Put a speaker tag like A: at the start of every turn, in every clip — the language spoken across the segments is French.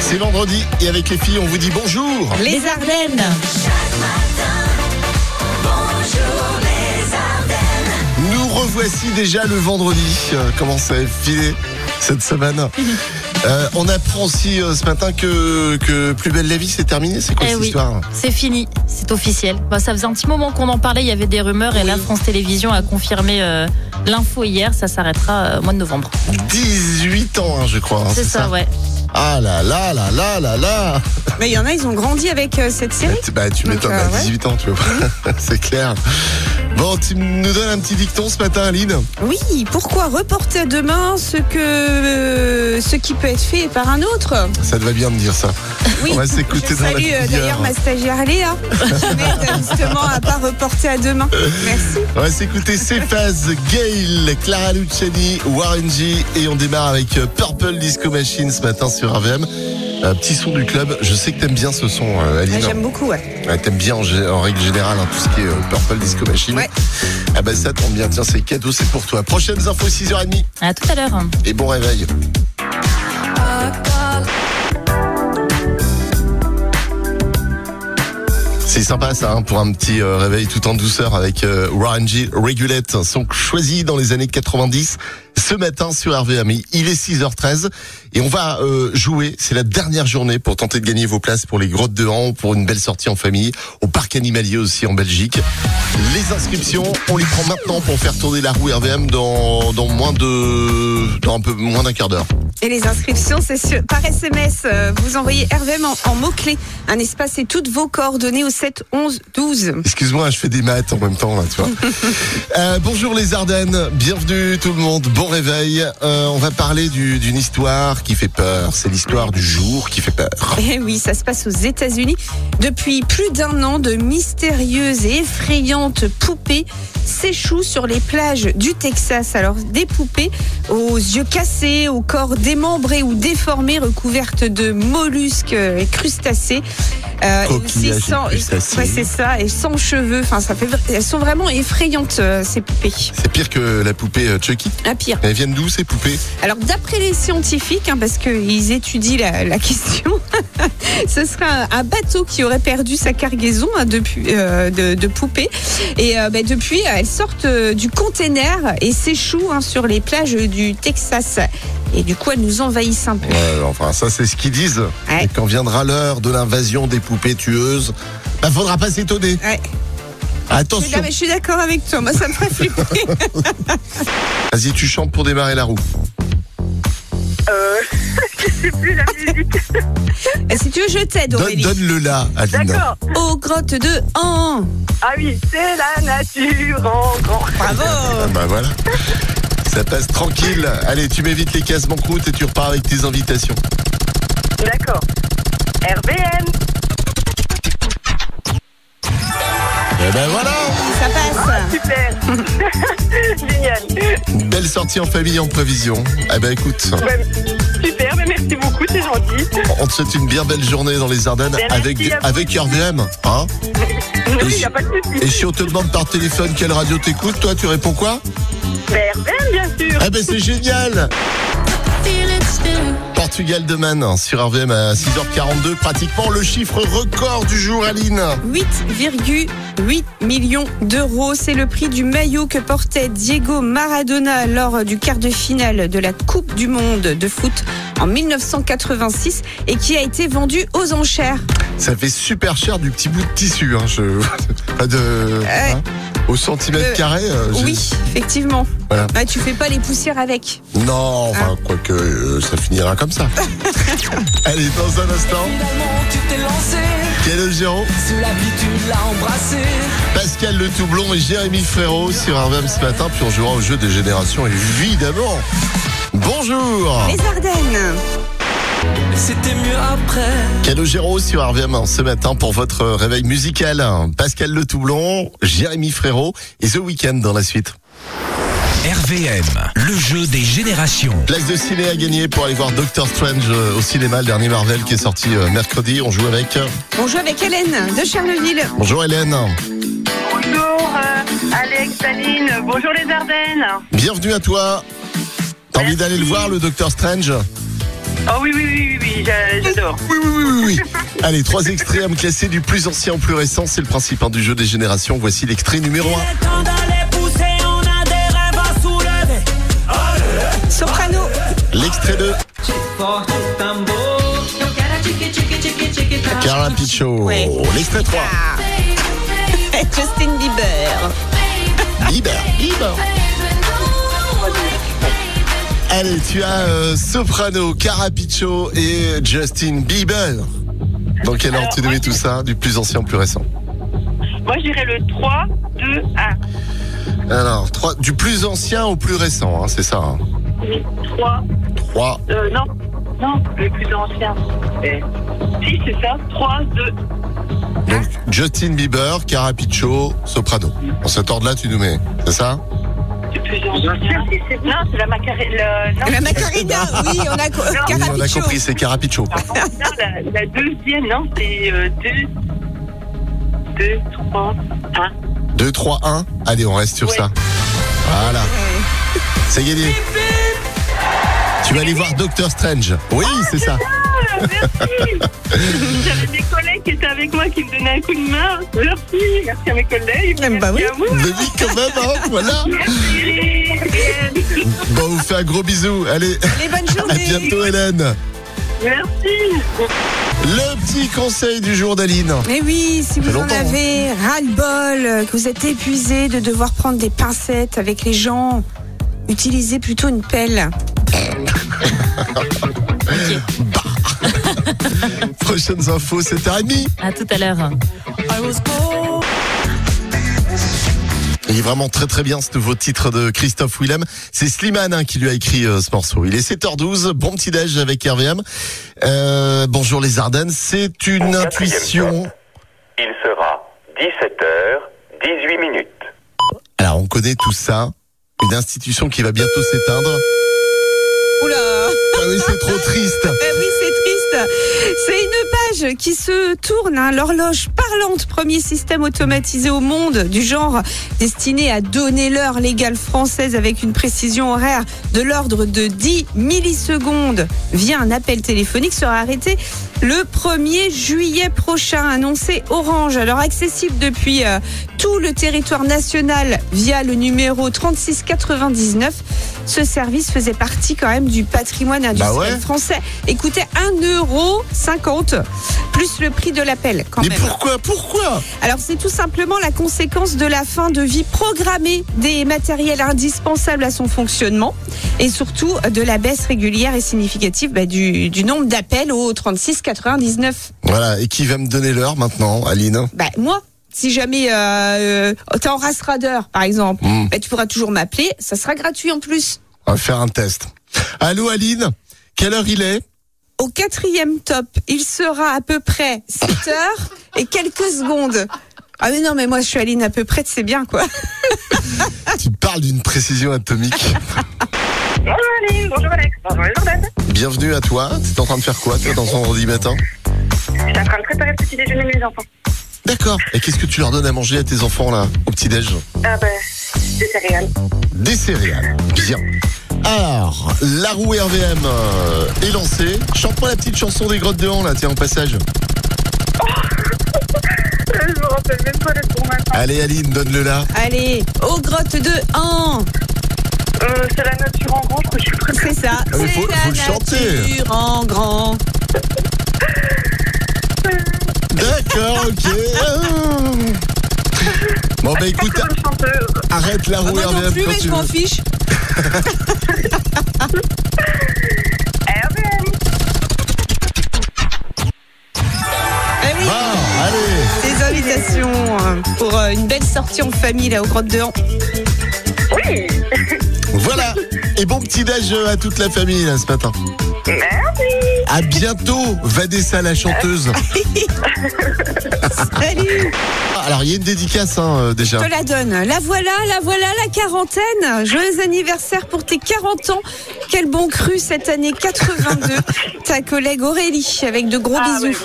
A: C'est vendredi et avec les filles, on vous dit bonjour.
B: Les Ardennes.
A: Nous revoici déjà le vendredi. Euh, Comment ça a filé cette semaine Euh, On apprend aussi euh, ce matin que, que Plus belle la vie c'est terminé. C'est quoi
C: Eh
A: cette
C: oui.
A: histoire
C: C'est fini, c'est officiel. Bah, ça faisait un petit moment qu'on en parlait, il y avait des rumeurs et là, France Télévisions a confirmé euh, l'info hier, ça s'arrêtera euh, au mois de novembre.
A: Ah, 18 ans, hein, je crois. hein,
C: c'est ça, ouais.
A: Ah là là là là là là
B: Mais il y en a, ils ont grandi avec euh, cette série.
A: Bah, tu
B: Donc,
A: m'étonnes,
B: euh,
A: à
B: ouais.
A: 18 ans, tu vois. c'est clair. Bon, tu nous donnes un petit dicton ce matin, Aline
B: Oui, pourquoi reporter à demain ce que euh, ce qui peut être fait par un autre
A: Ça te va bien de dire ça.
B: Oui.
A: On va s'écouter
B: Je
A: dans la
B: salue euh,
A: demi-heure.
B: d'ailleurs ma stagiaire Léa, qui m'aide euh, justement à pas reporter à demain. Merci.
A: On va s'écouter Cephas, Gail, Clara Luciani, Warren G. Et on démarre avec euh, Purple Disco Machine ce matin sur RVM. Un petit son du club. Je sais que t'aimes bien ce son, euh,
B: Ouais,
A: Aline.
B: J'aime beaucoup, ouais.
A: Ouais, t'aimes bien en, gé- en règle générale hein, tout ce qui est euh, Purple Disco Machine.
B: Ouais.
A: Ah bah ça tombe bien. Tiens, c'est cadeau, c'est pour toi. Prochaines infos 6h30
C: À tout à l'heure.
A: et bon réveil. C'est sympa ça hein, pour un petit euh, réveil tout en douceur avec euh, Warren G. Regulate, son choisi dans les années 90 ce matin sur RVMI. Il est 6h13 et on va euh, jouer, c'est la dernière journée pour tenter de gagner vos places pour les grottes de Han, pour une belle sortie en famille, au parc animalier aussi en Belgique. Les inscriptions, on les prend maintenant pour faire tourner la roue RVM dans, dans moins de... dans un peu moins d'un quart d'heure.
B: Et les inscriptions, c'est sur- par SMS. euh, Vous envoyez RVM en, en mots-clés, un espace et toutes vos coordonnées au 7 11 12.
A: Excuse-moi, je fais des maths en même temps, là, tu vois. Euh, bonjour les Ardennes, bienvenue tout le monde, bon réveil. Euh, on va parler du- d'une histoire qui fait peur. C'est l'histoire du jour qui fait peur.
B: Eh oui, ça se passe aux États-Unis. Depuis plus d'un an, de mystérieuses et effrayantes poupées s'échouent sur les plages du Texas. Alors, des poupées aux yeux cassés, au corps démembré ou déformé, recouvertes de mollusques et crustacés. Euh, et aussi
A: Coquillages et
B: sans-
A: crustacés.
B: Ouais, c'est ça, et sans cheveux. Enfin, ça fait, elles sont vraiment effrayantes, euh, ces poupées.
A: C'est pire que la poupée euh, Chucky.
B: À pire.
A: Elles viennent d'où ces poupées
B: Alors d'après les scientifiques, hein, parce qu'ils étudient la, la question, ce serait un, un bateau qui aurait perdu sa cargaison hein, depuis, euh, de, de poupées. Et euh, ben, depuis, euh, elles sortent euh, du container et s'échouent hein, sur les plages du Texas. Et du coup, elles nous envahissent un peu.
A: Ouais, Enfin, ça c'est ce qu'ils disent.
B: Ouais.
A: Et quand viendra l'heure de l'invasion des poupées tueuses, bah faudra pas s'étonner.
B: Ouais. Je suis
A: Attention.
B: d'ac- je suis d'accord avec toi, moi ça me ferait flipper.
A: Vas-y, tu chantes pour démarrer la roue.
D: Euh, je sais plus la musique.
B: Et si tu veux, je t'aide,
A: Donne-
B: Aurélie.
A: Donne-le là, Aline.
D: D'accord.
B: Aux grottes de Han.
D: Ah oui, c'est la nature en grand.
B: Bravo.
A: Ah bah voilà. Ça passe tranquille. Allez, tu mets vite les cases banqueroute et tu repars avec tes invitations.
D: D'accord. RBN.
A: Et ben voilà
B: Ça passe.
D: Super. Génial.
A: Une belle sortie en famille en prévision. Eh ben écoute,
D: Ouais, super, mais merci beaucoup, c'est gentil.
A: on te souhaite une bien belle journée dans les Ardennes
D: Ben,
A: avec,
D: merci à vous.
A: avec RVM. Hein
D: Il
A: si-
D: n'y a pas de
A: et
D: souci.
A: si on te demande par téléphone quelle radio t'écoutes, toi tu réponds quoi
D: Mais RBN, bien sûr.
A: Eh ben c'est génial Portugal demain hein, sur RVM à 6h42, pratiquement le chiffre record du jour Aline.
B: 8,8 millions d'euros. C'est le prix du maillot que portait Diego Maradona lors du quart de finale de la Coupe du Monde de foot en 1986 et qui a été vendu aux enchères.
A: Ça fait super cher du petit bout de tissu. Hein, je... Pas de... hein, au centimètre
B: Eh. Euh,
A: carré euh, j'ai-
B: Oui, effectivement.
A: Voilà.
B: Bah, tu fais pas les poussières avec.
A: Non, enfin, quoique euh, ça finira comme ça. Allez, dans un instant,
E: Finalement, tu t'es lancé,
A: Quel Giraud,
E: sous l'habitude l'a embrassé.
A: Pascal Le Toublon et Jérémy Frérot sur RVM ce matin, puis on jouera au jeu des générations, évidemment. Bonjour
B: Les Ardennes.
E: C'était mieux après.
A: Calogero sur RVM ce matin pour votre réveil musical. Pascal Le Toublon, Jérémy Frérot et The Weeknd dans la suite.
F: RVM, le jeu des générations.
A: Place de ciné à gagner pour aller voir Doctor Strange euh, au cinéma, le dernier Marvel qui est sorti euh, mercredi. On joue avec... euh,
B: On joue avec Hélène de Charleville.
A: Bonjour Hélène
D: Bonjour, euh, Alex, Aline. Bonjour, les Ardennes.
A: Bienvenue à toi. T'as envie d'aller le voir, le Docteur Strange
D: Oh oui, oui, oui, oui, oui, j'a- j'adore.
A: Oui, oui, oui, oui, oui. Allez, trois extraits à me classer du plus ancien au plus récent. C'est le principe hein, du jeu des générations. Voici l'extrait numéro
E: Il
A: 1.
E: est temps d'aller pousser, on a des rêves à soulever.
B: Soprano,
A: L'extrait 2, Carla Picho.
B: Ouais.
A: L'extrait 3,
B: Justin Bieber.
A: Bieber. Allez, tu as euh, Soprano, Carapicho et Justin Bieber. Dans quel ordre
D: Alors,
A: tu devais tout ça Du plus ancien au plus récent
D: Moi, je dirais le 3, 2, 1.
A: Alors, trois, du plus ancien au plus récent, hein, c'est ça. hein.
D: 3,
A: Trois.
D: euh, non, non, le plus ancien. Eh, Si, c'est ça, 3, 2,
A: Donc, Justin Bieber, Carapicho, Soprano. Dans cet ordre-là, tu nous mets, c'est ça
D: le plus ancien. hein. Non, c'est la macarena. Non,
B: La Macarena, oui, on a, co-
A: Oui, on a
B: Carapicho.
A: compris, c'est Carapicho.
D: pardon, non, la, la deuxième, non, c'est euh, 2, 2, 3, 1.
A: 2, 3, 1. Allez, on reste sur
D: Ouais.
A: ça. Voilà,
B: Ouais.
A: c'est gagné. Tu vas aller voir Doctor Strange. Oui, c'est ça.
D: Ah, Merci J'avais des collègues qui étaient avec moi qui me donnaient un coup de main. Merci, merci à mes collègues.
B: Eh ben
D: merci
B: oui.
D: à vous.
A: Mais oui, quand même, hein, voilà.
D: Merci.
A: Bon, on vous fait un gros bisou. Allez,
B: Les bonnes
A: à
B: journées.
A: bientôt, Hélène.
D: Merci.
A: Le petit conseil du jour d'Aline.
B: Mais oui, si vous en
A: longtemps, hein.
B: avez ras-le-bol, euh, que vous êtes épuisé de devoir prendre des pincettes avec les gens, utilisez plutôt une pelle.
A: Bah. Prochaines infos, 7h30.
C: À tout à l'heure.
A: Il est vraiment très très bien ce nouveau titre de Christophe Willem. C'est Slimane hein, qui lui a écrit euh, ce morceau. Il est 7h12, bon petit déj avec RVM. Euh, bonjour les Ardennes, c'est une
G: quatrième
A: intuition.
G: Il sera 17h18 minutes.
A: Alors on connaît tout ça. Une institution qui va bientôt s'éteindre.
B: Oula
A: Ah oui, c'est trop triste.
B: Eh oui, c'est triste. C'est une page qui se tourne, hein, l'horloge parlante, premier système automatisé au monde du genre destiné à donner l'heure légale française avec une précision horaire de l'ordre de 10 millisecondes via un appel téléphonique sera arrêté le 1er juillet prochain, annoncé Orange. Alors accessible depuis euh, tout le territoire national via le numéro 3699, ce service faisait partie quand même du patrimoine industriel
A: ouais.
B: français et coûtait 1,50€, plus le prix de l'appel quand
A: Mais
B: même.
A: pourquoi Pourquoi
B: Alors c'est tout simplement la conséquence de la fin de vie programmée des matériels indispensables à son fonctionnement et surtout de la baisse régulière et significative bah, du, du nombre d'appels au 3699.
A: Voilà, et qui va me donner l'heure maintenant, Aline
B: Bah, moi, si jamais euh, euh, t'es en race rider, par exemple,
A: Hmm.
B: bah, tu pourras toujours m'appeler, ça sera gratuit en plus.
A: On va faire un test. Allô Aline Quelle heure il est
B: Au quatrième top, il sera à peu près 7 heures et quelques secondes. Ah mais non mais moi je suis Aline à peu près, c'est bien quoi. Ah.
A: Tu parles d'une précision atomique.
D: Bonjour Aline, bonjour Alex, bonjour les Jordan.
A: Bienvenue à toi. T'es en train de faire quoi toi dans ton vendredi matin
D: Je suis en train de préparer le petit déjeuner de mes enfants.
A: D'accord. Et qu'est-ce que tu leur donnes à manger à tes enfants là au petit déj
D: Ah ben, des céréales.
A: Des céréales. Bien. Alors, la roue RVM euh, est lancée. Chante-moi la petite chanson des grottes de Han là, tiens en passage.
D: Je me rappelle même pas de son nom.
A: Allez Aline, donne-le là.
B: Allez, aux grottes de Han,
D: Euh, c'est la nature en grand, je crois que je suis prête.
B: c'est ça.
A: Ah, mais
B: C'est
A: faut-
B: la
A: faut le chanter. Ah,
B: nature en grand. Oh,
A: D'accord, ok. Ah. Bon bah écoute,
D: Comme chanteuse.
A: arrête la roue
B: Ah, moi non
A: RVM
B: plus,
A: quand
B: mais je
A: tu
B: m'en
A: veux.
B: fiche. Eh oui,
A: Bon, Ah, allez.
B: des invitations euh, pour euh, une belle sortie en famille là aux grottes de Han.
D: Oui,
A: Voilà. Et bon petit déj à toute la famille là ce matin. À bientôt, Vadessa la chanteuse.
B: Salut,
A: Ah, Alors il y a une dédicace hein, euh, déjà.
B: je te la donne. La voilà, la voilà, la quarantaine. Joyeux anniversaire pour tes 40 ans. Quel bon cru cette année 82. Ta collègue Aurélie avec de gros
D: Ah,
B: bisous.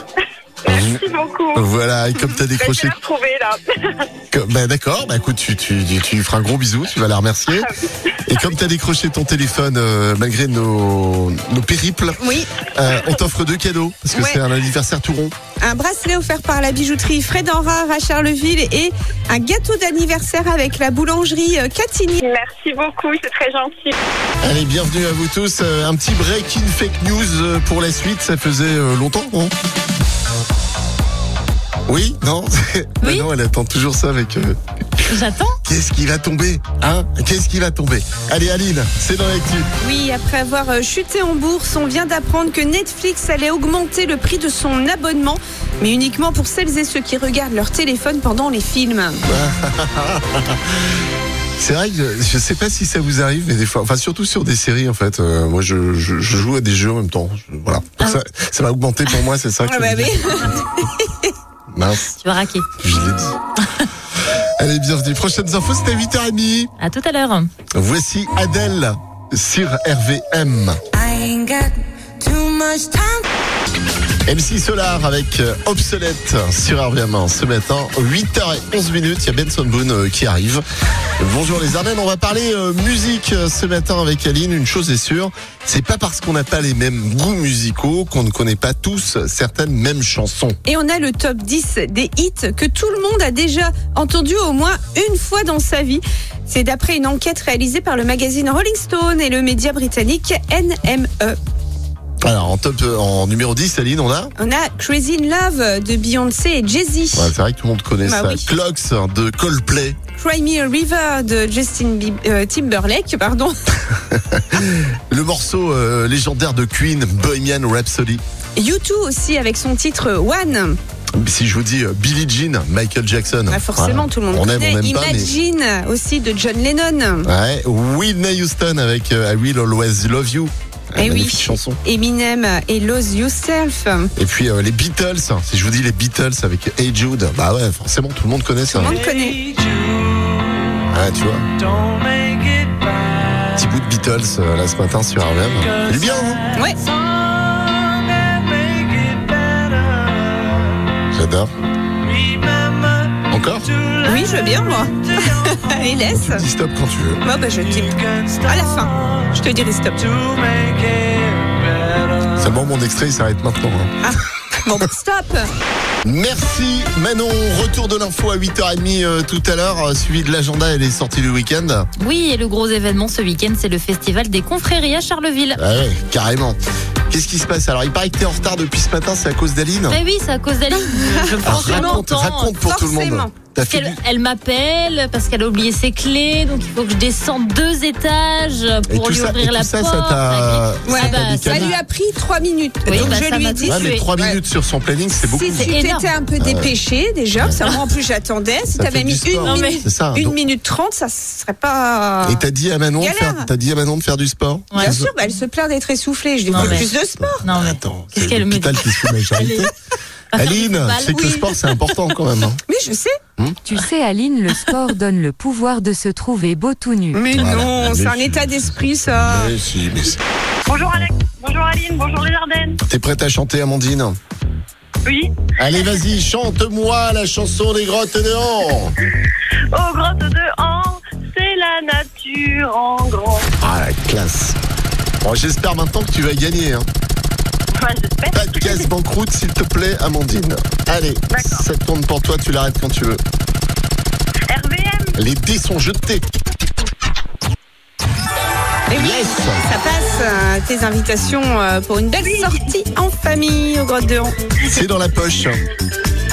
D: Merci beaucoup.
A: Voilà, et comme t'as
D: Bah, Je vais
A: décroché.
D: la retrouver là.
A: comme- Bah, d'accord, bah écoute, tu, tu, tu, tu lui feras un gros bisou, tu vas la remercier. Et comme t'as décroché ton téléphone euh, malgré nos, nos périples,
B: Oui,
A: euh, on t'offre deux cadeaux parce que
B: Ouais.
A: c'est un anniversaire tout rond.
B: un bracelet offert par la bijouterie Fred Enrard à Charleville et un gâteau d'anniversaire avec la boulangerie euh, Catigny.
D: Merci beaucoup, c'est très gentil.
A: Allez, bienvenue à vous tous. Euh, un petit break in fake news euh, pour la suite. Ça faisait euh, longtemps, non Oui, non Bah
C: Oui.
A: Non, elle attend toujours ça avec. euh,
C: J'attends.
A: Qu'est-ce qui va tomber Hein Qu'est-ce qui va tomber Allez, Aline, c'est dans l'actu.
B: Oui, après avoir euh, chuté en bourse, on vient d'apprendre que Netflix allait augmenter le prix de son abonnement, mais uniquement pour celles et ceux qui regardent leur téléphone pendant les films.
A: C'est vrai que je- je sais pas si ça vous arrive, mais des fois, enfin surtout sur des séries en fait. euh, moi, je, je- je joue à des jeux en même temps. Je- voilà, Donc ça, ça va augmenter pour moi, c'est ça. Que
B: Ah
A: je
B: bah
A: me dis. Mince,
C: Tu vas raquer.
A: je l'ai dit. Allez, bienvenue. Prochaines infos, c'est à 8h30.
C: À tout à l'heure.
A: Voici Adèle sur RVM.
E: I ain't got too much time.
A: MC Solar avec euh, Obsolète sur RVM ce matin, 8h11 minutes. Il y a Benson Boone euh, qui arrive. Bonjour les Ardennes, on va parler euh, musique euh, ce matin avec Aline. Une chose est sûre, c'est pas parce qu'on n'a pas les mêmes goûts musicaux qu'on ne connaît pas tous certaines mêmes chansons.
B: Et on a le top 10 des hits que tout le monde a déjà entendu au moins une fois dans sa vie. C'est d'après une enquête réalisée par le magazine Rolling Stone et le média britannique E. NME.
A: Alors en top, euh, en numéro 10, Aline, on a
B: On a Crazy in Love de Beyoncé et Jay-Z.
A: Ouais, C'est vrai que tout le monde connaît
B: Bah
A: ça.
B: oui.
A: Clocks de Coldplay.
B: Cry Me a River de Justin Bieber- euh, Timberlake, pardon.
A: Le morceau euh, légendaire de Queen, Bohemian Rhapsody.
B: U2 aussi avec son titre One.
A: Si je vous dis euh, Billie Jean, Michael Jackson.
B: Bah, forcément,
A: Voilà.
B: tout le monde
A: on
B: connaît.
A: Aime, on aime pas, mais- Ah,
B: Imagine aussi de John Lennon.
A: Ouais, Whitney Houston avec euh, I Will Always Love You.
B: Eh oui.
A: magnifique chanson.
B: Eminem et Lose Yourself.
A: Et puis euh, les Beatles, si je vous dis les Beatles avec Hey Jude, bah ouais, forcément tout le monde connaît ça.
B: Tout le monde connaît.
A: Ouais, tu vois. Petit bout de Beatles euh, là ce matin sur RVM. Il est bien, hein
B: Ouais.
A: J'adore. Encore
B: Oui, je veux bien, moi. Et laisse.
A: Dis stop quand tu veux.
B: Moi, bah, je dis à la fin. Je te dirai stop.
A: Seulement mon extrait il s'arrête maintenant. hein.
B: Ah. Bon, bah, stop.
A: Merci Manon, retour de l'info à 8h30 euh, tout à l'heure, euh, suivi de l'agenda et les sorties du week-end.
C: Oui, et le gros événement ce week-end, c'est le festival des confréries à Charleville.
A: Ah ouais, carrément. Qu'est-ce qui se passe Alors il paraît que t'es en retard depuis ce matin, c'est à cause d'Aline
C: Mais Eh oui, c'est à cause d'Aline. Je
A: Alors,
C: prends vraiment
A: raconte,
C: temps.
A: raconte pour tout le monde.
B: forcément.
A: T'as
C: Parce
A: fait
C: qu'elle-
A: du-
C: elle m'appelle parce qu'elle a oublié ses clés, donc il faut que je descende deux étages
A: Et
C: pour
A: tout
C: lui
A: ça, et
C: ouvrir
A: tout
C: la
A: ça,
C: porte.
A: ça t'a.
B: Ouais,
A: ça t'a
C: bah,
A: décalé.
B: Ça lui a pris trois minutes.
C: Oui,
B: Donc,
C: bah,
B: je
C: ça
B: lui ai
C: m'a
B: dit.
A: Ouais, mais
C: tué.
A: 3
B: Ouais.
A: minutes sur son planning, c'est beaucoup. Ah
B: Si
C: C'est
B: tu
C: énorme.
B: t'étais un peu dépêché déjà, ça, moi en plus j'attendais. Si
A: Ça fait
B: t'avais
A: du
B: mis une,
A: sport.
C: Non, mais-
B: minute,
A: C'est ça.
B: une
A: donc-
B: minute trente, ça serait pas.
A: Et t'as dit à Manon, de
B: Galère.
A: faire... t'as dit à Manon de faire du sport.
C: Ouais.
B: Bien sûr, bah, elle se plaint d'être essoufflée. Je lui ai
C: Non,
B: dit
C: mais-
B: plus de sport.
C: Non, mais
A: Ah, Attends,
C: Qu'est-ce
A: c'est
C: qu'elle me
A: l'hôpital qui se fout de la charité. Aline,
C: Football,
A: c'est que le
C: oui.
A: sport c'est important quand même. hein.
B: Mais je sais.
H: Tu sais, Aline, le sport donne le pouvoir de se trouver beau tout nu.
B: Mais
A: Voilà.
B: Ah non,
A: Mais
B: c'est un
A: je-
B: état d'esprit ça.
A: Ouais, Eh, si, mais c'est-
D: Bonjour Alex, bonjour Aline, bonjour les Ardennes.
A: T'es prête à chanter, Amandine
D: Oui.
A: Allez, vas-y, chante-moi la chanson des grottes de Han.
D: Aux grottes de Han, c'est la nature en grand.
A: Ah, la classe. Bon, j'espère maintenant que tu vas gagner. Hein.
D: Enfin, j'espère.
A: Pas de casse banqueroute, s'il te plaît, Amandine. Allez,
D: D'accord.
A: ça tourne pour toi, tu l'arrêtes quand tu veux.
D: RVM,
A: Les dés sont jetés.
B: Et Eh oui,
A: Yes.
B: ça passe. euh, Tes invitations euh, pour une belle sortie en famille au Grotte de Han.
A: C'est dans la poche.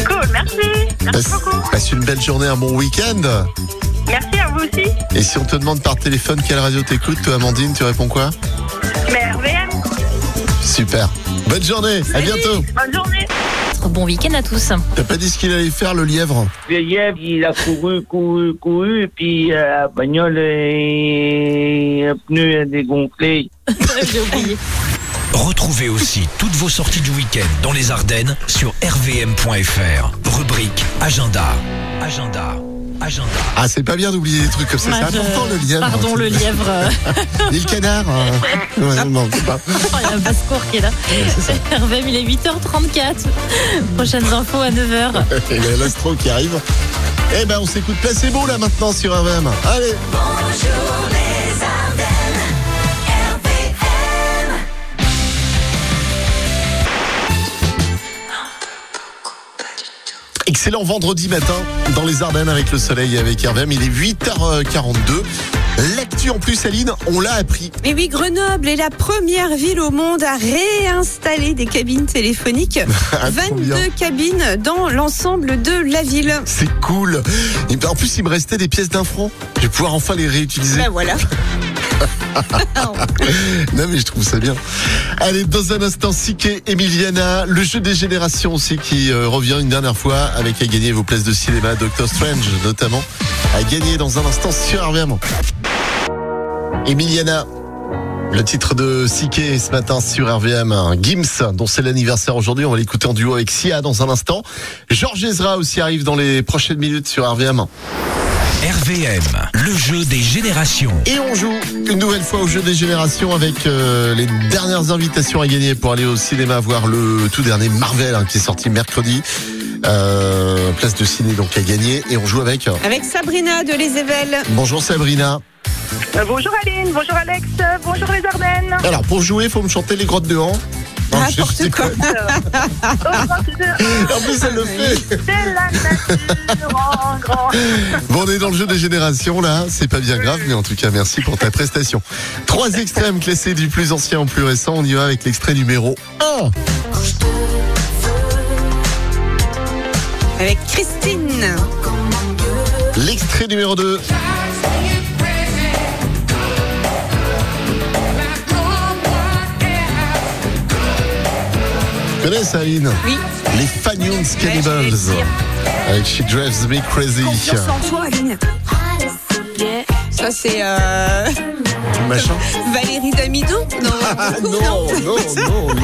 D: cool, merci. Merci
A: Passe,
D: beaucoup.
A: passe une belle journée, un bon week-end.
D: Merci à vous aussi.
A: Et si on te demande par téléphone quelle radio t'écoutes, toi, Amandine, tu réponds quoi
D: Mais RVM,
A: Super. Bonne journée, à bientôt.
D: bonne journée.
C: Bon week-end à tous.
A: T'as pas dit ce qu'il allait faire, le lièvre
I: Le lièvre, il a couru, couru, couru, et puis euh, la bagnole est un pneu a dégonflé.
C: J'ai oublié.
F: Retrouvez aussi toutes vos sorties du week-end dans les Ardennes sur rvm.fr. Rubrique Agenda. Agenda. agenda.
A: Ah, c'est pas bien d'oublier des trucs comme ça.
C: Moi,
A: C'est
C: je-
A: important le lièvre.
C: euh,
A: hein,
C: Pardon, le lièvre. euh,
A: Et le canard. hein. Ouais, non, c'est pas.
C: oh, il y a un basse-cour qui est là. Hervé, il est 8h34. Prochaines infos à 9h.
A: Et il y a l'astro qui arrive. Eh ben, on s'écoute placebo là maintenant sur RVM. Allez. Excellent vendredi matin dans les Ardennes avec le soleil et avec RVM. Il est 8h42. L'actu en plus, Aline, on l'a appris.
B: Et Eh oui, Grenoble est la première ville au monde à réinstaller des cabines téléphoniques.
A: À
B: 22
A: Hein, combien
B: cabines dans l'ensemble de la ville.
A: C'est cool. Et en plus, il me restait des pièces d'un franc. Je vais pouvoir enfin les réutiliser.
B: Ben voilà.
A: Non mais je trouve ça bien. Allez, dans un instant, Siké, Emiliana, le jeu des générations aussi qui euh, revient une dernière fois avec à gagner vos places de cinéma, Doctor Strange notamment, à gagner dans un instant sur RVM. Emiliana, le titre de Siké ce matin sur RVM, hein, Gims, dont c'est l'anniversaire aujourd'hui, on va l'écouter en duo avec Sia dans un instant. Georges Ezra aussi arrive dans les prochaines minutes sur RVM.
F: RVM, le jeu des générations.
A: Et on joue une nouvelle fois au jeu des générations avec euh, les dernières invitations à gagner pour aller au cinéma voir le tout dernier Marvel hein, qui est sorti mercredi. Euh, place de ciné donc à gagner. Et on joue avec. euh,
B: Avec Sabrina de Les Évelles.
A: Bonjour Sabrina.
D: Euh, bonjour Aline, bonjour Alex, euh, bonjour les Ardennes.
A: Alors pour jouer, faut me chanter les grottes de Han. Non, je-
B: N'importe quoi.
D: Au grand dehors,
A: En plus, elle le fait.
D: c'est la nature en grand.
A: Bon, on est dans le jeu des générations là. C'est pas bien grave, mais en tout cas, merci pour ta prestation. Trois extrêmes classés du plus ancien au plus récent. On y va avec l'extrait numéro 1.
B: Avec Christine.
A: L'extrait numéro 2. Tu connais ça, Aline
B: Oui.
A: Les Fanions
B: Ouais, je voulais
A: Cannibals.
B: le dire.
A: Avec She Drives Me Crazy.
B: Confiance en toi, Aline. Ça, c'est euh,
A: Machin.
B: Valérie Damido
A: Ah
B: Non,
A: non, non, non,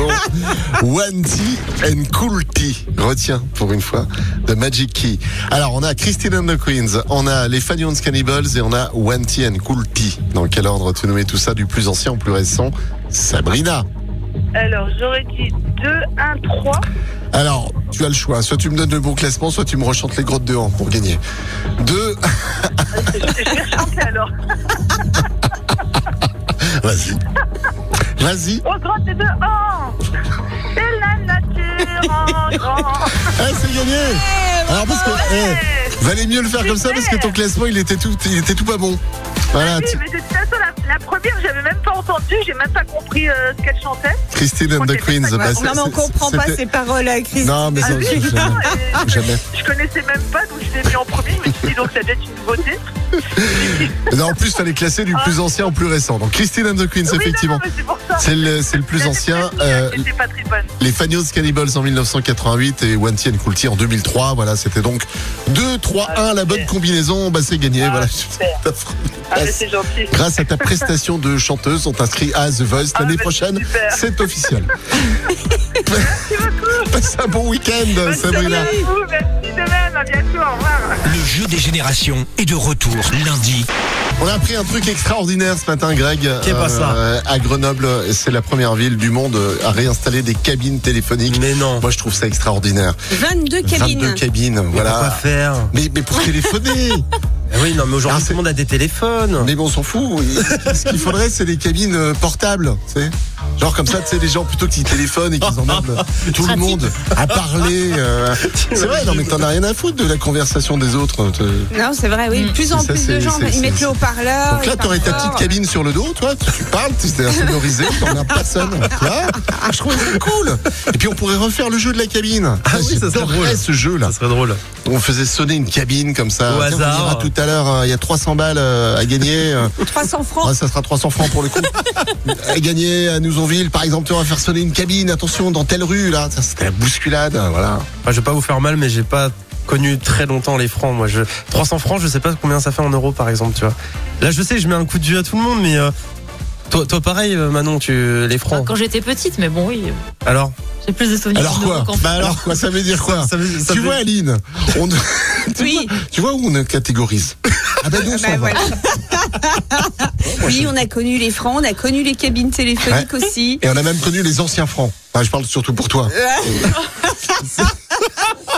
A: non. One Tea and Cool Tea. Retiens pour une fois The Magic Key. Alors, on a Christine and the Queens, on a les Fanions Cannibals et on a One Tea and Cool Tea. Dans quel ordre tu nommais tout ça du plus ancien au plus récent Sabrina.
D: Alors j'aurais dit 2, 1, 3.
A: Alors, tu as le choix. Soit tu me donnes le bon classement, soit tu me rechantes les grottes de Han pour gagner. Deux.
D: Je vais rechanter alors.
A: Vas-y. Vas-y.
D: Au grand dehors, c'est la nature en grand.
A: Eh, c'est gagné. Alors, parce que, eh, valait mieux le faire comme ça parce que ton classement, il était tout, il était tout pas bon. Voilà.
D: Oui,
A: tu-
D: mais de toute façon, la, la première, j'avais même pas entendu, j'ai même pas compris euh, ce qu'elle chantait.
A: Christine and the Queens.
D: Ouais,
A: bah,
B: non,
A: c'est-
B: mais on
A: c'est-
B: comprend pas
A: c'était-
B: ces paroles à Christine.
A: Non, mais ça,
D: oui,
A: jamais.
D: non, Ah, et-
A: Jamais.
D: Je connaissais même pas, donc je l'ai mis en premier, mais je me suis dit, donc ça doit être une beauté.
A: Non, en plus, fallait classer du plus ancien au plus récent. Donc, Christine and the Queens,
D: Oui, non,
A: effectivement.
D: non, mais c'est pour ça.
A: C'est le, c'est le plus ancien. euh,
D: C'était pas très bonne.
A: les Fanios Cannibals en 1988 et One Tea and Cool Tea en 2003. Voilà, c'était donc 2, 3, 1, la bonne combinaison. Bah, c'est gagné.
D: Ah,
A: voilà.
D: super. Ah, mais
A: Grâce-
D: c'est gentil.
A: Grâce à ta prestation de chanteuse, on t'inscrit à The Voice
D: Ah,
A: l'année
D: bah,
A: prochaine.
D: super.
A: C'est officiel. Passe un bon week-end,
D: Bonne
A: Sabrina.
D: soirée à vous, Merci de même, à bientôt, au revoir.
F: Le jeu des générations est de retour lundi.
A: On a appris un truc extraordinaire ce matin, Greg. Euh,
J: Qu'est pas ça
A: À Grenoble, c'est la première ville du monde à réinstaller des cabines téléphoniques.
J: Mais non.
A: Moi, je trouve ça extraordinaire.
B: 22 cabines.
A: 22 cabines,
J: Pourquoi
A: voilà.
J: faire
A: Mais, mais pour téléphoner
J: Eh Oui, non, mais
A: Ah,
J: aujourd'hui,
A: c'est-
J: tout le monde a des téléphones.
A: Mais bon, on s'en fout. Ce qu'il faudrait, c'est des cabines euh, portables, tu sais. Genre comme ça, tu sais, les gens, plutôt qu'ils téléphonent et qu'ils emmènent tout le monde à parler. euh. C'est vrai, non, mais t'en as rien à foutre de la conversation des autres. te-
B: Non, c'est vrai, oui. De plus en
A: Mm. Ça,
B: plus
A: c'est-
B: de gens,
A: c'est-
B: ils mettent
A: c'est-
B: le haut-parleur.
A: Donc là,
B: ils
A: t'aurais ta
B: parlent
A: petite
B: fort.
A: cabine sur le dos, toi, tu tu parles, tu t'es insonorisé, t'en as personne. Tu vois Ah, Je trouve ça cool. Et puis on pourrait refaire le jeu de la cabine.
J: Ah oui, ça serait
A: J'adorerais
J: drôle.
A: ce jeu-là.
J: Ça serait drôle.
A: On faisait sonner une cabine comme ça.
J: Au
A: Tiens,
J: hasard.
A: On dira tout à l'heure, euh, il y a 300 balles euh, à gagner. euh,
B: 300
A: Ouais,
B: francs.
A: ça sera 300 francs pour le coup. à gagner à Nouzonville, par exemple, tu vas faire sonner une cabine. Attention, dans telle rue, là. Ça, C'était la bousculade, euh, voilà.
J: Enfin, je vais pas vous faire mal, mais j'ai pas connu très longtemps les francs. Moi, je 300 francs, je sais pas combien ça fait en euros, par exemple. Tu vois. Là, je sais, je mets un coup de vieux à tout le monde, mais euh, toi, toi, pareil, euh, Manon, tu les francs.
B: Bah,
C: Quand j'étais petite, mais bon, oui,
J: Alors,
C: j'ai plus de souvenirs.
A: Alors
C: de
A: quoi
C: nous qu'en-
A: Bah alors quoi Ça veut dire quoi
J: ça, ça- ça
A: tu
J: fait-
A: vois Aline, on, Tu
B: Oui.
A: vois- Tu vois où on catégorise Ah ben nous, on s'en va.
B: Bah, voilà. oui, on a connu les francs, on a connu les cabines téléphoniques aussi.
A: Et on a même connu les anciens francs. Enfin, je parle surtout pour toi.
B: Euh,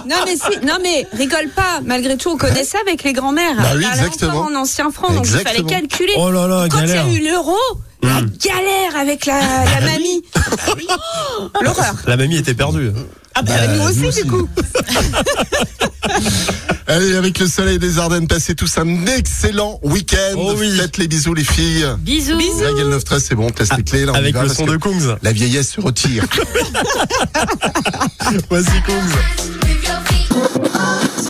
B: Non mais si, non mais rigole pas. Malgré tout, on connaît ça avec les grands-mères.
A: Bah oui,
B: On parlait
A: exactement.
B: encore en ancien franc, donc il fallait
A: Exactement.
B: calculer.
F: Oh là là,
B: Quand il y
F: galère.
B: a eu l'euro, la galère avec la, la mamie. Oh, L'horreur.
J: La mamie était perdue.
B: Ah bah,
A: Bah,
B: nous aussi, du coup.
A: Allez, avec le soleil des Ardennes, passez tous un excellent week-end.
J: Oh oui.
A: Faites les bisous, les filles.
C: Bisous.
A: La gueule 9 13 c'est bon, on te laisse les clés. Là, on
J: Ah,
A: y
J: Avec
A: va
J: le
A: Ah, parce
J: son
A: que
J: de Kungs.
A: La vieillesse se retire. Vas-y, Kungs.